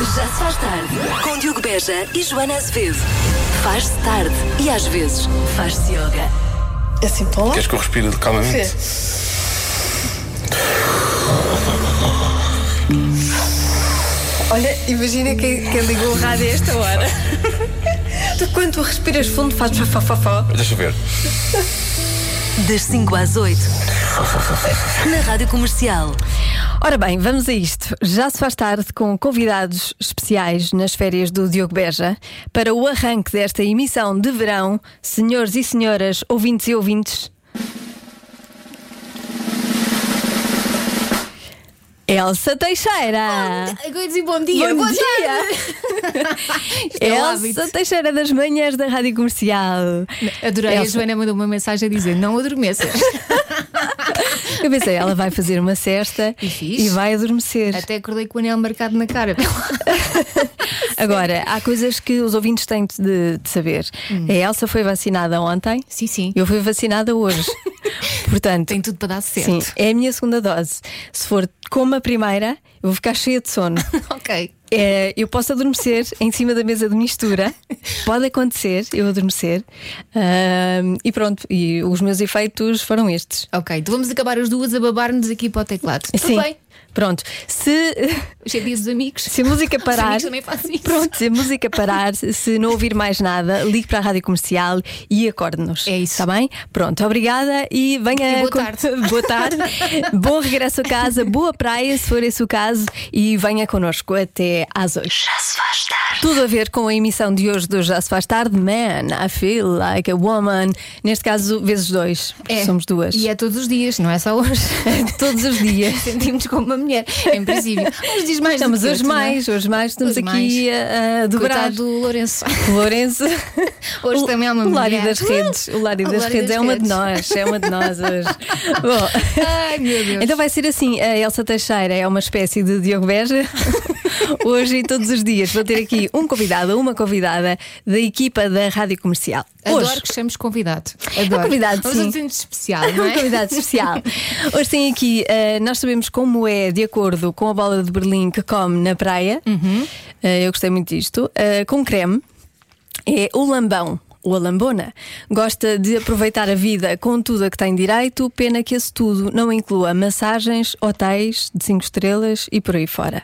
Já se faz tarde com Diogo Beja e Joana Azevedo. Faz-se tarde e às vezes faz-se yoga. É assim tão lá? Queres que eu respire calmamente? Sim. Olha, imagina quem, quem ligou o rádio a esta hora. tu, quando tu respiras fundo, fazes fá, fá, fá, fá. Deixa eu ver. Das 5 às 8. Na Rádio Comercial. Ora bem, vamos a isto. Já se faz tarde com convidados especiais nas férias do Diogo Beja para o arranque desta emissão de verão, senhores e senhoras, ouvintes e ouvintes. Elsa Teixeira! Agora dizer bom dia. Bom dia! é um Elsa hábito. Teixeira das manhãs da Rádio Comercial. Adorei, a Elsa. Joana mandou uma mensagem a dizer: não adormeças. Eu pensei, ela vai fazer uma cesta E fiz. vai adormecer. Até acordei com o anel marcado na cara. Agora, há coisas que os ouvintes têm de, de saber. A Elsa foi vacinada ontem, Hum. Sim, sim. eu fui vacinada hoje. Portanto, Tem tudo para dar sim, certo. é a minha segunda dose. Se for como a primeira, eu vou ficar cheia de sono. Ok. É, eu posso adormecer em cima da mesa de mistura, pode acontecer eu adormecer. Ahm, e pronto, e os meus efeitos foram estes. Ok, então vamos acabar as duas a babar-nos aqui para o teclado. Tudo bem. Pronto, se, Cheio dias dos amigos. se a música Os parar. amigos também fazem isso. Pronto, se a música parar, se não ouvir mais nada, ligue para a rádio comercial e acorde-nos. É isso. Está bem? Pronto, obrigada e venha. E boa con- tarde. boa tarde. Bom regresso a casa, boa praia, se for esse o caso, e venha connosco até às 8. Já se faz tarde. Tudo a ver com a emissão de hoje do Já Se Faz Tarde. Man, I feel like a woman. Neste caso, vezes dois. porque É. Somos duas. E é todos os dias, não é só hoje. Todos os dias. Sentimos como uma mulher, em princípio. Hoje diz mais. Não, do mas que hoje outro, não é? mais, hoje mais estamos Hoje aqui eh, a, a dobrar. Coitado do Lourenço. O Lourenço. Hoje O- também há uma O Lário mulher. Ah, das Redes. O Lário O das Lário Redes das é uma de Redes. nós. É uma de nós hoje. Bom. Ai, meu Deus. Então vai ser assim, a Elsa Teixeira é uma espécie de Diogo Beja. Hoje e todos os dias vou ter aqui um convidado, uma convidada da equipa da Rádio Comercial. Adoro Hoje que chamemos convidado. Adoro. convidado, Vamos sim. a um especial, não um é? convidado especial. Hoje tem aqui, eh, nós sabemos como é, de acordo com a bola de Berlim que come na praia. Eh, eu gostei muito disto. Eh, com creme. É o lambão. ou a lambona gosta de aproveitar a vida com tudo a que tem direito, pena que esse tudo não inclua massagens, hotéis de 5 estrelas e por aí fora.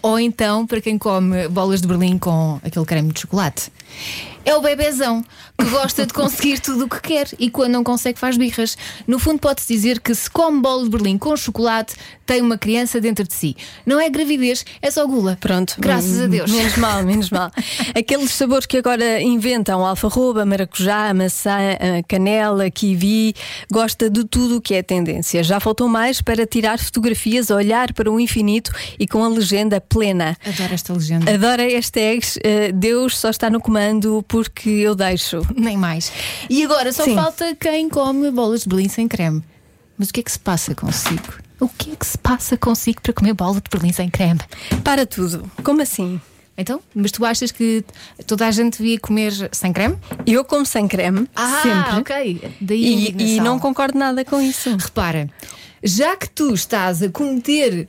Ou então, para quem come bolas de Berlim com aquele creme de chocolate, é o bebezão que gosta de conseguir tudo o que quer e quando não consegue faz birras. No fundo, pode-se dizer que se come bola de Berlim com chocolate, tem uma criança dentro de si. Não é gravidez, é só gula. Pronto, Graças men- a Deus. Menos mal, menos mal. Aqueles sabores que agora inventam: alfarroba, maracujá, maçã, eh, canela, kiwi, gosta de tudo o que é tendência. Já faltou mais para tirar fotografias, olhar para o infinito e com a legenda plena. Adoro esta legenda. Adoro hashtags, eh, Deus só está no comando porque eu deixo. Nem mais. E agora só Sim. falta quem come bolas de Berlim sem creme. Mas o que é que se passa consigo? O que é que se passa consigo para comer bola de Berlim sem creme? Para tudo. Como assim? Então, mas tu achas que toda a gente devia comer sem creme? Eu como sem creme, sempre. Ah, ok. Daí a E- e indignação. não concordo nada com isso. Repara, já que tu estás a cometer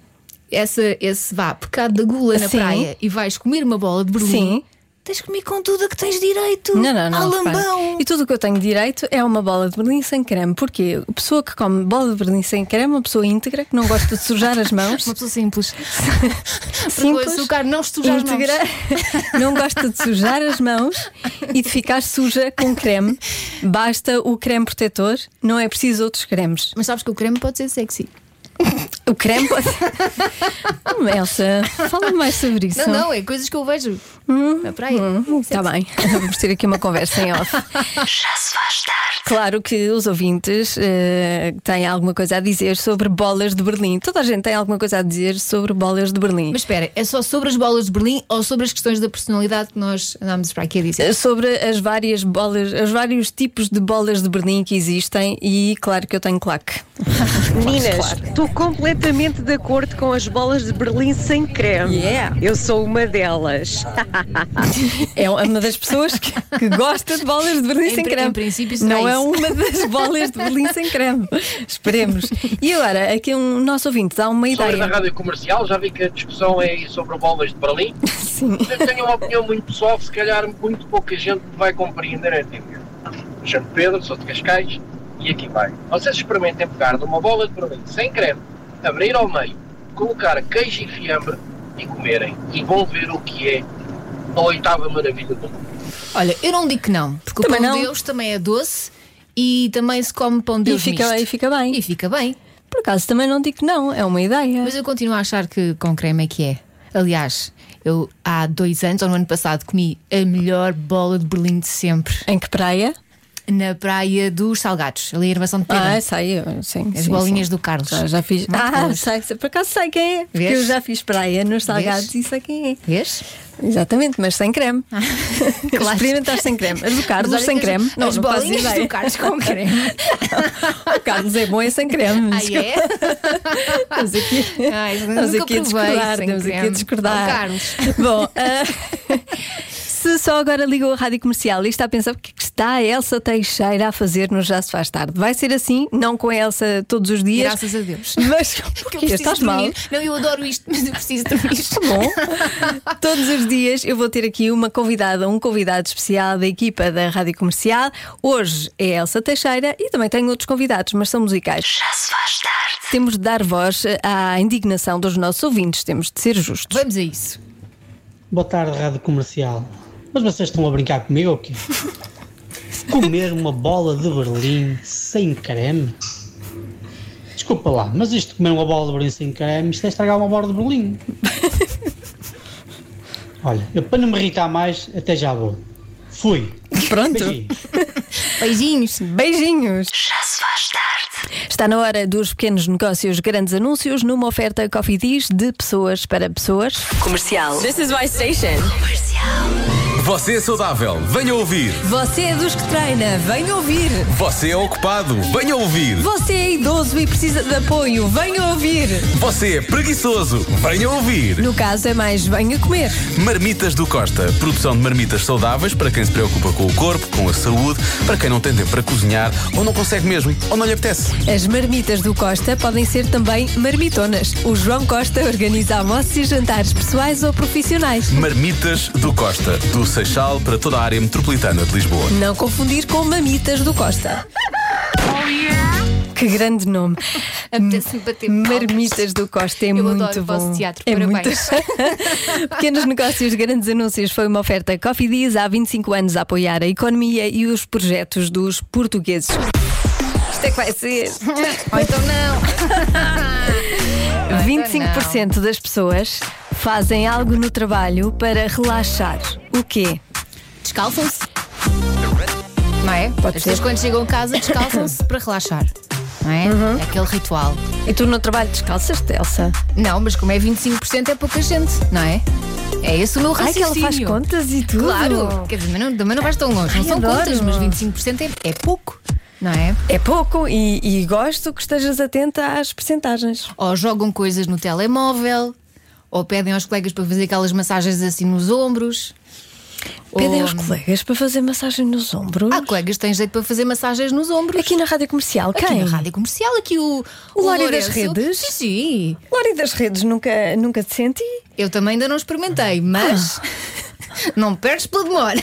essa, esse vá, pecado da gula na Sim. praia e vais comer uma bola de Berlim, Sim. tens de comer com tudo a que tens direito. Não, não, não. Ao repara. Ah, lambão. E tudo o que eu tenho direito é uma bola de berlim sem creme. Porquê? A pessoa que come bola de berlim sem creme é uma pessoa íntegra que não gosta de sujar as mãos. Uma pessoa simples. Simples, Porque o açúcar não estuja as mãos. íntegra, não gosta de sujar as mãos e de ficar suja com creme. Basta o creme protetor, não é preciso outros cremes. Mas sabes que o creme pode ser sexy. O creme pode. Hum, Elsa, fala mais sobre isso. Não, não, é coisas que eu vejo na praia. Está Uhum, Tá bem, vamos ter aqui uma conversa em off. Já se faz tarde. Claro que os ouvintes eh, têm alguma coisa a dizer sobre bolas de Berlim. Toda a gente tem alguma coisa a dizer sobre bolas de Berlim. Mas espera, é só sobre as bolas de Berlim ou sobre as questões da personalidade que nós andámos para aqui a dizer? Eh, Sobre as várias bolas, os vários tipos de bolas de Berlim que existem, e claro que eu tenho claque. Meninas, estou completamente de acordo com as bolas de Berlim sem creme. Yeah. Eu sou uma delas. É uma das pessoas que, que gosta de bolas de Berlim Em sem pri- creme. em princípio será Não é isso. uma das bolas de Berlim sem creme. Esperemos. E agora, aqui um nosso ouvinte dá uma Sobre na ideia. rádio comercial, já vi que a discussão é aí sobre bolas de Berlim. Sim. Eu tenho uma opinião muito pessoal, que se calhar muito pouca gente me vai compreender. É tipo, eu chamo Pedro, sou de Cascais e aqui vai. Vocês experimentem pegar numa bola de Berlim sem creme, abrir ao meio, colocar queijo e fiambre e comerem. E vão ver o que é a oitava maravilha do mundo. Olha, eu não digo que não, porque Também o pão de não. Deus também é doce e também se come pão de E Deus fica, misto. e fica bem. E fica bem. Por acaso também não digo que não, é uma ideia. Mas eu continuo a achar que com creme é que é. Aliás, eu há dois anos, ou no ano passado, comi a melhor bola de Berlim de sempre Em que praia? na praia dos Salgados, ali a Irmação de Pedro. Ah, sei, eu- sim. As sim, bolinhas sim. do Carlos. Já, já fiz. Muito Ah, boas. sei, sei- por acaso sei quem é. Porque Vês? eu já fiz praia nos salgados Vês? e sei quem é. Ah, Vês? Exatamente, mas sem creme. claro. Experimentar sem creme. As do Carlos Mas olha sem que creme. As, Não, as não fazes bolinhas ideia. do Carlos com creme. O Carlos é bom é sem creme. ah, é? Estamos aqui, Ai, estamos nunca aqui a provei discordar. sem Estamos aqui a creme. discordar. Oh, Carlos. Bom, ah, se só agora ligou a rádio comercial e está a pensar o que é que está a Elsa Teixeira a fazer no Já Se Faz Tarde. Vai ser assim, não com a Elsa todos os dias. Graças a Deus. Mas Porque eu Quê? preciso estás mal? dormir. Não, eu adoro isto, mas eu preciso dormir. Está bom. Todos os dias eu vou ter aqui uma convidada, um convidado especial da equipa da Rádio Comercial. Hoje é Elsa Teixeira e também tenho outros convidados, mas são musicais. Já se faz tarde. Temos de dar voz eh, à indignação dos nossos ouvintes, temos de ser justos. Vamos a isso. Boa tarde, Rádio Comercial. Mas vocês estão a brincar comigo ou quê? Comer uma bola de Berlim sem creme? Desculpa lá, mas isto de comer uma bola de Berlim sem creme, isto é estragar uma bola de Berlim. Olha, eu para não me irritar mais, até já vou. Fui. Pronto. Beijinhos. Beijinhos. Beijinhos! Já se faz tarde. Está na hora dos pequenos negócios, grandes anúncios, numa oferta Coffee Diz de pessoas para pessoas. Comercial. This is my station. Comercial. Você é saudável, venha ouvir. Você é dos que treina, venha ouvir! Você é ocupado, venha ouvir. Você é idoso e precisa de apoio, venha ouvir! Você é preguiçoso, venha ouvir. No caso é mais venha comer. Marmitas do Costa, produção de marmitas saudáveis para quem se preocupa com o corpo, com a saúde, para quem não tem tempo para cozinhar ou não consegue mesmo, ou não lhe apetece. As marmitas do Costa podem ser também marmitonas. O João Costa organiza almoços e jantares pessoais ou profissionais. Marmitas do Costa, do Seixal para toda a área metropolitana de Lisboa. Não confundir com mamitas do Costa. Que grande nome. Apetece-me bater palmas. Marmitas do Costa é Eu muito adoro o bom. vosso teatro, é parabéns. muito- Pequenos negócios, grandes anúncios. Foi uma oferta Coffee Diz há 25 anos a apoiar a economia e os projetos dos portugueses. Isto é que vai ser. Ou então não. é 25% das pessoas fazem algo no trabalho para relaxar. O quê? Descalçam-se. Não é? As pessoas ser. quando chegam a casa descalçam-se para relaxar. Não é? Uhum. É Aquele ritual. E tu no trabalho descalças, Elsa? Não, mas como é 25% é pouca gente, não é? É esse o meu Ai, que raciocínio. ela faz contas e tudo. Claro, quer dizer, mas não, também não vais tão longe. Não Ai, são adoro. contas, mas 25% é, é pouco, não é? É pouco e, e gosto que estejas atenta às percentagens. Ou jogam coisas no telemóvel, ou pedem aos colegas para fazer aquelas massagens assim nos ombros. Pedem ou- aos colegas para fazer massagem nos ombros. Oh, Há colegas que têm jeito para fazer massagens nos ombros. Aqui na rádio comercial, Aqui quem? na rádio comercial, aqui o, O Lório das Lourenço. Redes? Sim, sim. Lori das redes nunca, nunca te senti? Eu também ainda não experimentei, mas não perdes pela demora.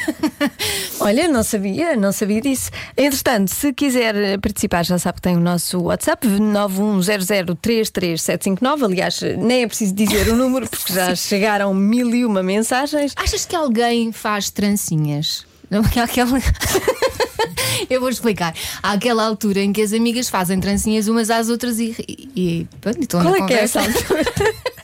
Olha, não sabia, não sabia disso. Entretanto, se quiser eh, participar, já sabe que tem o nosso WhatsApp 910033759. Aliás, nem é preciso dizer o número, porque já chegaram mil e uma mensagens. Achas que alguém faz trancinhas? Não, que aquela. Eu vou explicar. Há aquela altura em que as amigas fazem trancinhas umas às outras e. e, e pronto, estão Qual na é que é essa conversa. altura?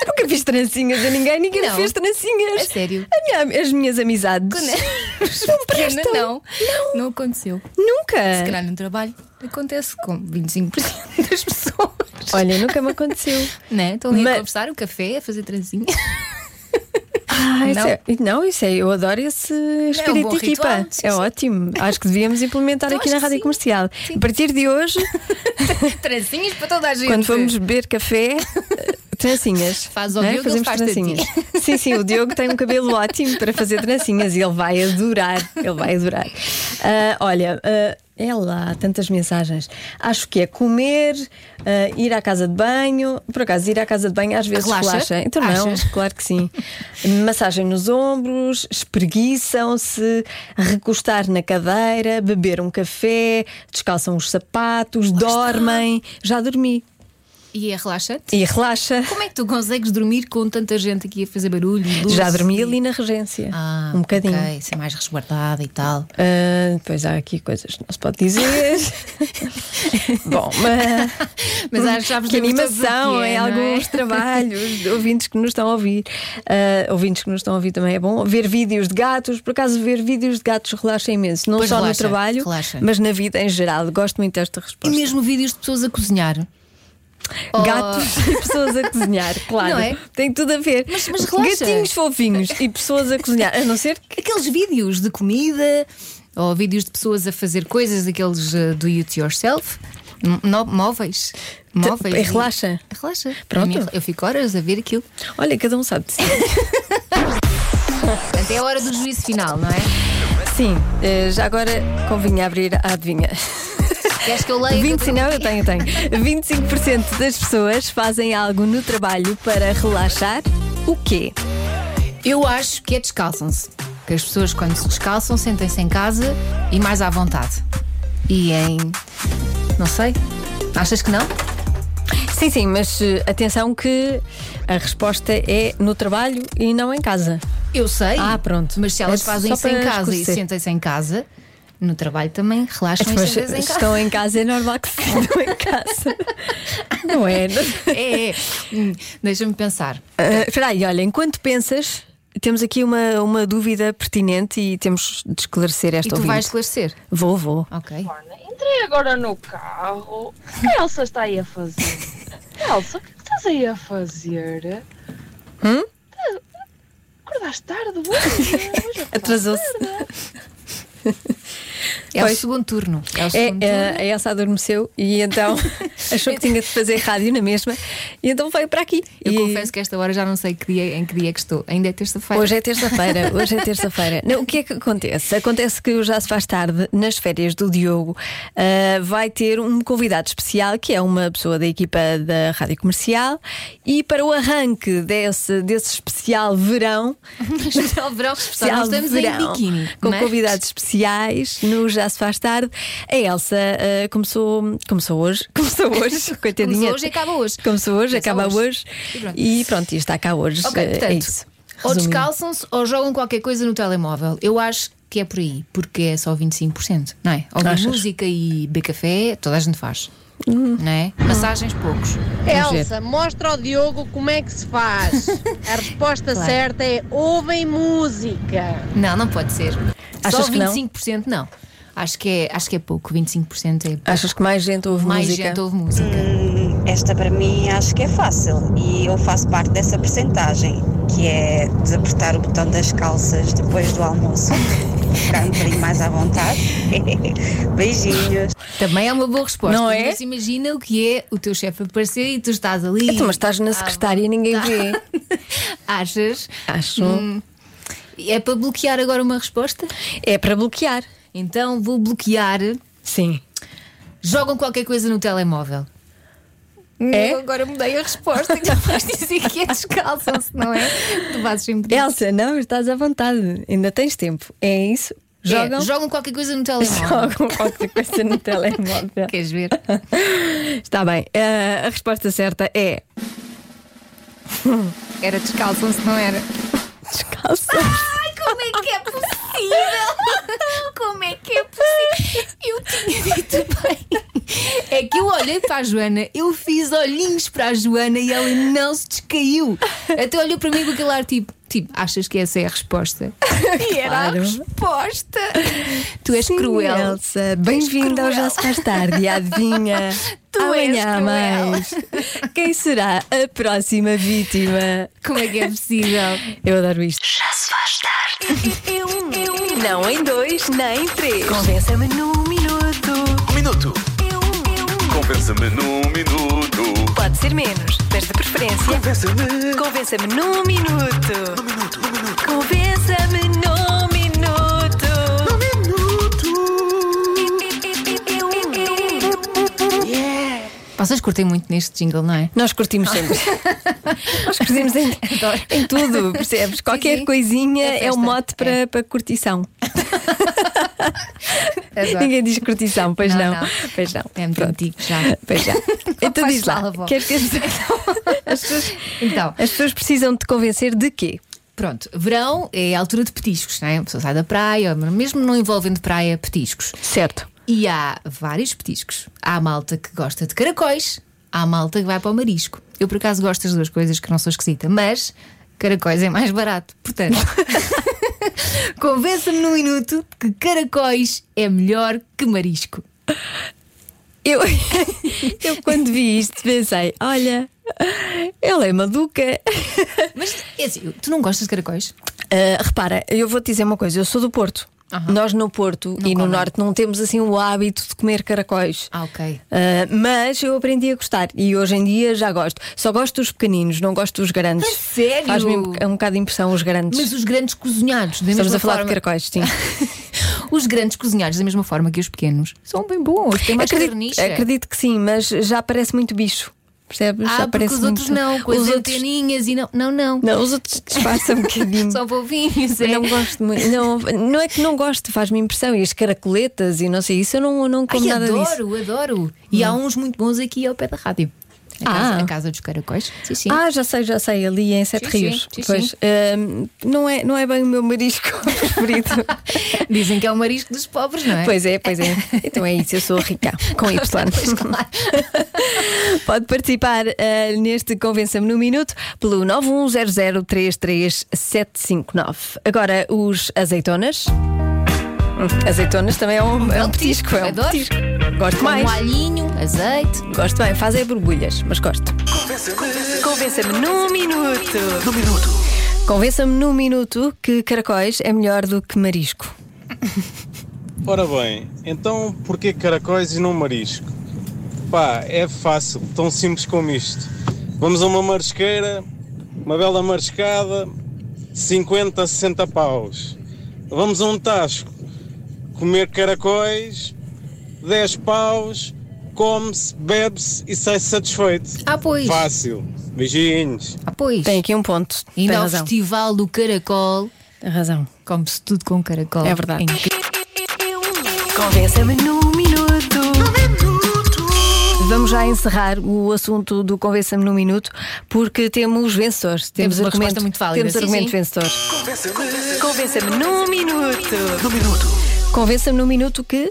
Eu nunca fiz trancinhas a ninguém, ninguém me Não. fez trancinhas. A sério? A é? minha- as minhas amizades. Não né? Pequena, prestam. não. não. Não aconteceu. Se Nunca. calhar no trabalho acontece com 25% das pessoas. Olha, nunca me aconteceu. Né? Estão ali Mas- a conversar, o café, a fazer trancinha. Ah, isso Não? é- não, isso é, um eu adoro esse espírito bom de equipa. ritual, sim, é sim. ótimo. Acho que devíamos implementar Então, aqui acho na que Rádio sim. Comercial. A partir de hoje, Trancinhas para toda a gente. quando formos beber café, eh, trancinhas. Faz ao não é? Diogo, ele faz-te a ti. Sim, sim, o Diogo tem um cabelo ótimo para fazer trancinhas e ele vai adorar. Ele vai adorar. Ah, olha. ah, é lá, tantas mensagens. Acho que é comer, ah, ir à casa de banho. Por acaso, ir à casa de banho às vezes Relaxa? relaxa. Então, não, Achas? claro que sim. Massagem nos ombros, espreguiçam-se, recostar na cadeira, beber um café, descalçam os sapatos, dormem. Já dormi. E é relaxante. E relaxa. Como é que tu consegues dormir com tanta gente aqui a fazer barulho? luzes? Já dormi ali na regência. Ah, um bocadinho. Ok, ser mais resguardada e tal. Ah, depois há aqui coisas que não se pode dizer. Bom, mas, Mas acho que já vos Hum, que demos todos o animação que é, em não é? alguns trabalhos, de ouvintes que nos estão a ouvir. Ah, ouvintes que nos estão a ouvir também é bom. Ver vídeos de gatos, por acaso ver vídeos de gatos relaxa imenso, não Pois só relaxa, no trabalho, relaxa. mas na vida em geral. Gosto muito desta E resposta. mesmo vídeos de pessoas a cozinhar. Gatos e pessoas a cozinhar, claro. Não é? Tem tudo a ver. Mas- mas relaxa. Gatinhos fofinhos e pessoas a cozinhar, a não ser que Aqueles vídeos de comida ou vídeos de pessoas a fazer coisas, aqueles eh, do it yourself, M- no- móveis. Móveis. e relaxa. Relaxa. Pronto. A mim, Eu fico horas a ver aquilo. Olha, cada um sabe de si. Portanto, é a hora do juízo final, não é? Sim, eh, já agora convinha abrir a adivinha. Queres que eu leia? 25, não, eu tenho, eu tenho. 25% das pessoas fazem algo no trabalho para relaxar. O quê? Eu acho que é descalçam-se. Que as pessoas, quando se descalçam, sentem-se em casa e mais à vontade. E em. Não sei. Achas que não? Sim, sim, mas eh, atenção que a resposta é no trabalho e não em casa. Eu sei. Ah, pronto. Mas se elas É fazem só isso em para casa e esclarecer. sentem-se em casa, no trabalho também relaxam e É, Mas se sentem-se em casa. estão em casa, é normal que se sintam em casa. Não é? É, é. Hum, Deixa-me pensar. Ah, Espera aí, olha, enquanto pensas, temos aqui uma, uma dúvida pertinente e temos de esclarecer E esta tu ouvinte. vais esclarecer. Vou, vou. Ok. Entrei agora no carro. O que a Elsa está aí a fazer? Elsa, o que estás aí a fazer? Hum? Acordaste tarde hoje? Hoje acordaste Atrasou-se. É o Pois. segundo turno. É o É, segundo turno. é, a Elsa adormeceu e então achou que tinha de fazer rádio na mesma e então veio para aqui. Eu E confesso que esta hora já não sei que dia- em que dia é que estou. Ainda é terça-feira. Hoje é terça-feira, hoje é terça-feira. Não, O que é que acontece? Acontece que o já se faz tarde, nas férias do Diogo, ah, vai ter um convidado especial que é uma pessoa da equipa da Rádio Comercial e para o arranque desse, desse especial verão, Especial verão. Só especial não de estamos em verão, biquíni. é? com mas- convidados especiais no Já Se Faz Tarde. A Elsa ah, começou, começou hoje, começou hoje, coitadinha. Começou hoje e acaba hoje. Começou hoje, Começa acaba hoje. hoje. E pronto. E pronto, e está cá hoje. Ok, Eh, é portanto, isso. ou Resumindo. descalçam-se ou jogam qualquer coisa no telemóvel. Eu acho que é por aí, porque é só 25%, não é? Ouvir Achas? Uhum. música e beber café, toda a gente faz. Não é? Massagens, poucos. Vamos ver. Elsa, mostra ao Diogo como é que se faz. A resposta Claro. certa é ouvem música. Não, não pode ser. Achas só que não? 25%, não. Acho que é, acho que é pouco, 25% é pouco. Achas que mais gente ouve mais música? gente ouve música. Esta para mim acho que é fácil e eu faço parte dessa percentagem, que é desapertar o botão das calças depois do almoço. Ficar um bocadinho mais à vontade. Beijinhos. Também é uma boa resposta. Não é? Mas imagina o que é o teu chefe aparecer e tu estás ali. Então, mas estás Ah, na secretária e tá. ninguém vê. Achas? Acho. É para bloquear agora uma resposta? Hum. É para bloquear. Então vou bloquear. Sim. Jogam qualquer coisa no telemóvel. É? Eu agora mudei a resposta. Já vais dizer que é descalçam-se, não é? Tu fazes sempre. isso. Elsa, não, estás à vontade. Ainda tens tempo. É isso? É, Jogam? jogam qualquer coisa no telemóvel. Jogam qualquer coisa no telemóvel. Queres ver? Está bem. Eh, a resposta certa é Era descalçam-se, não era? descalça. Ai, como é que é possível? Como é que é possível? Eu tinha dito bem. É que eu olhei para a Joana, eu fiz olhinhos para a Joana e ela não se descaiu. Até olhou para mim com aquele ar tipo. Tipo, achas que essa é a resposta? E era a Claro. resposta. Tu és Sim, cruel. Elsa, bem-vinda ao cruel. Já Se Faz Tarde. E Adivinha. Tu és Amanhã há cruel. mais. Quem será a próxima vítima? Como é que é possível? É, Eu adoro isto. Já se faz tarde. um, Não em dois, nem em três. Convença-me num minuto. Um minuto. Compensa-me num minuto. Pode Pode ser menos, mas de preferência. Convença-me. Convença-me num minuto. Num minuto, num minuto. Convença-me num minuto. Num É, um, minuto. Vocês curtem muito neste jingle, não é? Nós curtimos sempre. Nós curtimos em, em tudo, percebes? Qualquer sim. coisinha É é, um festa. mote para, para curtição. Ninguém diz curtição, pois Não, não. não. Pois não. É muito Pronto. antigo já. Pois já. Então Faz diz lá, mal, avó. quer que as pessoas, Então, as pessoas precisam de convencer de quê? Pronto, verão é a altura de petiscos, não é? A pessoa sai da praia, ou mesmo não envolvendo praia, petiscos. Certo. E há vários petiscos. Há a malta que gosta de caracóis, há a malta que vai para o marisco. Eu, por acaso, gosto das duas coisas, que não sou esquisita, mas caracóis é mais barato. Portanto, convença-me num minuto que caracóis é melhor que marisco. Eu, eu quando vi isto pensei, olha, ela é maluca. Mas, é assim, tu não gostas de caracóis? Ah, repara, eu vou te dizer uma coisa, eu sou do Porto. Aham. Nós no Porto e no comem. Norte não temos assim o hábito de comer caracóis. Ah, ok. Ah, mas eu aprendi a gostar e hoje em dia já gosto. Só gosto dos pequeninos, não gosto dos grandes. A sério? Faz-me um, boc- um bocado de impressão os grandes. Mas os grandes cozinhados, da Estamos mesma a falar forma- de caracóis, sim. Os grandes cozinhados, da mesma forma que os pequenos, são bem bons. Tem é mais acredito, carniça. acredito que sim, mas já parece muito bicho. Percebes? Ah, já porque parece os outros muito... não, com as os outros anteninhas e não. Não, não. Não, os outros disfarçam um bocadinho. São bovinhos, é? Não gosto muito. Não, não é que não gosto, faz-me impressão. E as caracoletas e não sei, isso eu não, eu não como Ai, nada adoro, disso. adoro. E há uns muito bons aqui ao pé da rádio. A, casa, Ah. a casa dos caracóis. Sim, sim. Ah, já sei, já sei, ali em Sete Sim, sim, Rios. sim, pois sim. hum, não, é, não é bem o meu marisco preferido. Dizem que é o marisco dos pobres, não é? pois é, pois é. Então é isso, eu sou rica, com Y. Pois, claro. Pode participar eh, neste Convença-me no Minuto pelo 910033759. Agora, os azeitonas. Hum, Azeitonas também é um, é um petisco, é um Adoro. petisco. Gosto Um mais. alhinho, azeite. Gosto bem, fazem borbulhas, mas gosto. Convença-me num minuto. Num minuto. Convença-me num minuto que caracóis é melhor do que marisco. Ora bem, então porquê caracóis e não marisco? Pá, é fácil, tão simples como isto. Vamos a uma marisqueira, uma bela mariscada, 50, 60 paus. Vamos a um tasco, comer caracóis, 10 paus, come-se, bebe-se e sai satisfeito. Ah, pois. Fácil. Beijinhos. Ah, pois. Tem aqui um ponto. E Tem ainda ao razão. festival do caracol. Tem razão. Come-se tudo com caracol. É verdade. Incrível. Convença-me num minuto. Vamos já encerrar o assunto do Convença-me num minuto, porque temos vencedores. Temos, uma argumento, resposta muito válida. Temos Sim, argumento sim. vencedor. Convença-me num minuto. Num minuto. Convença-me num minuto que.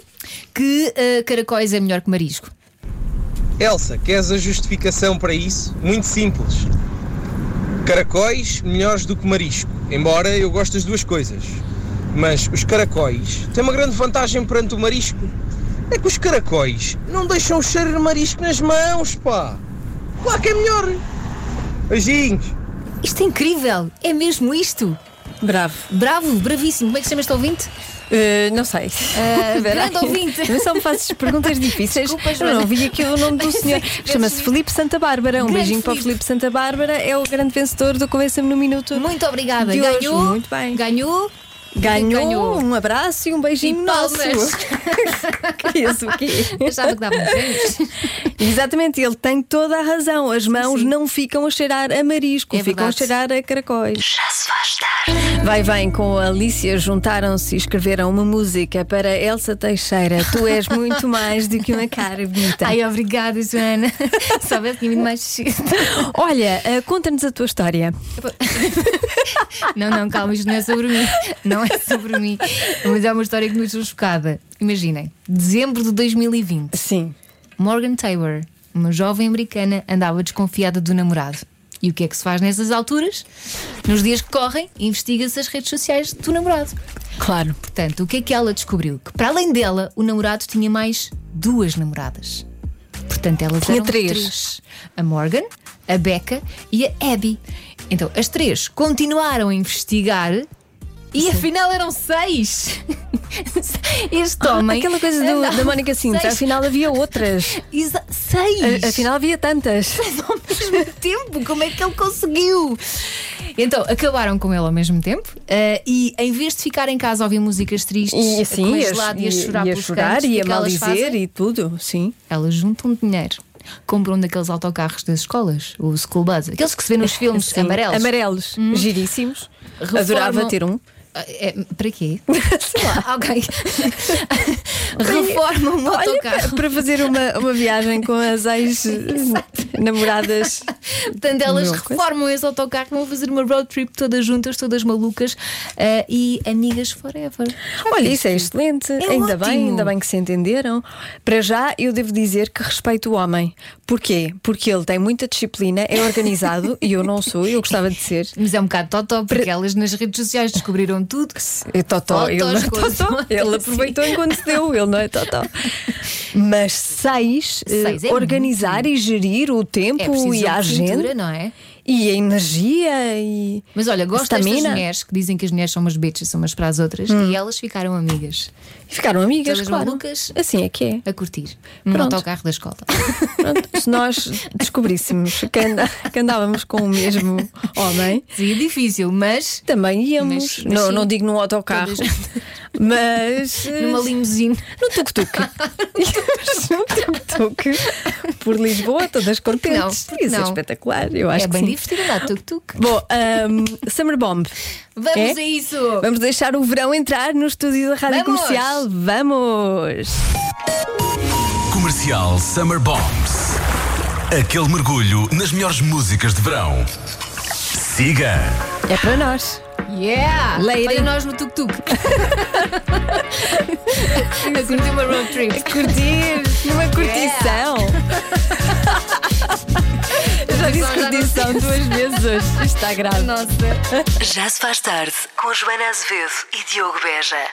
Que eh, caracóis é melhor que marisco. Elsa, queres a justificação para isso? Muito simples. Caracóis melhores do que marisco, embora eu goste das duas coisas. Mas os caracóis têm uma grande vantagem perante o marisco. É que os caracóis não deixam o cheiro de marisco nas mãos, pá. Claro que é melhor. Beijinhos. Isto é incrível. É mesmo isto. Bravo. Bravo, bravíssimo. Como é que se chama este ouvinte? Eh, não sei. Ah, Espera grande aí. ouvinte. Eu só me fazes perguntas difíceis. Desculpas, eu mas- não vi aqui o nome do senhor. Chama-se Felipe Santa Bárbara. Um Grande beijinho para o Felipe Filipe. Santa Bárbara. É o grande vencedor do Convença-me no Minuto. Muito obrigada. De hoje, ganhou. muito bem. Ganhou. Ganhou, ganhou. um abraço e um beijinho E nosso. palmas. que isso, o quê? Achava que dava um beijo. Exatamente, ele tem toda a razão. As mãos não ficam a cheirar a marisco, É ficam verdade. a cheirar a caracóis. Já se faz tarde. Vai, vem, com a Alicia juntaram-se e escreveram uma música para Elsa Teixeira. Tu és muito mais do que uma cara bonita. Ai, obrigada, Joana. Sabe, eu tinha vindo mais cedo. Olha, eh, conta-nos a tua história. Não, não, calma, isto não é sobre mim. Não é sobre mim. Mas é uma história que me deixou chocada. Imaginem, dezembro de 2020. Sim. Morgan Taylor, uma jovem americana, andava desconfiada do namorado. E o que é que se faz nessas alturas? Nos dias que correm, investiga-se as redes sociais do namorado. Claro. Portanto, o que é que ela descobriu? Que para além dela, o namorado tinha mais duas namoradas. Portanto, elas Tinha eram três. A Morgan, a Becca e a Abby. Então, as três continuaram a investigar e afinal eram seis. Este homem. Ah, Aquela coisa do- andava da Mónica Simples, seis- afinal havia outras. Exa- Seis! A- afinal havia tantas. ao mesmo tempo. Como é que ele conseguiu? Então, acabaram com ele ao mesmo tempo eh, e em vez de ficar em casa a ouvir músicas tristes, E assim, a e comer a, gelado e a e- chorar e a pelos chorar cantos, e a o que é que elas maldizer fazem? e tudo, sim. Elas juntam dinheiro. Compram um daqueles autocarros das escolas, o school bus, aqueles que se vê nos filmes Sim, amarelos. Hum. Amarelos, giríssimos. Adorava ter um. Ah, é, para quê? Sei lá. ok. Reformam um Olha, para, autocarro. para fazer uma, uma viagem com as ex-namoradas. Portanto, elas é Uma coisa. reformam esse autocarro, vão fazer uma road trip todas juntas, todas malucas ah, e amigas forever. Olha, isso é excelente. É ainda ótimo. bem, ainda bem que se entenderam. Para já, eu devo dizer que respeito o homem. Porquê? Porque ele tem muita disciplina, é organizado e eu não sou, eu gostava de ser. Mas é um bocado totó, porque elas nas redes sociais descobriram tudo. É totó, ele não é Totós, totó. coisas. Ele aproveitou enquanto se deu, ele não é totó. Mas seis, eh, Seis é organizar e gerir o tempo É preciso e a uma agenda cintura, não é? e a energia e. Mas olha, gosto destas Estamina. mulheres que dizem que as mulheres são umas bitches umas para as outras Hum. e elas ficaram amigas. E ficaram amigas, Todas claro. malucas. Assim é que é. A curtir. No Pronto. autocarro da escola. Pronto, se nós descobríssemos que, anda- que andávamos com o mesmo homem. Seria é difícil, mas. Também íamos. Mas- mas não, sim. não digo num autocarro. Todas- Mas. Numa limusine. No tuk-tuk. Íamos num tuk-tuk. Por Lisboa, todas contentes. não? Por que Isso é não? espetacular. Eu acho é que bem sim. divertido andar de tuk-tuk. Bom, ahm, Summer Bomb. Vamos É? a isso! Vamos deixar o verão entrar no estúdio da Rádio Oh. Vamos! Comercial. Vamos! Comercial Summer Bombs. Aquele mergulho nas melhores músicas de verão. Siga. É para nós. Yeah! Lady. Olha nós no tuk-tuk. a curtir uma road trip. A curtir numa É. curtição. Eu já disse Só Então, já não curtição sei. duas vezes hoje. Está grave. Nossa. Já se faz tarde com Joana Azevedo e Diogo Beja.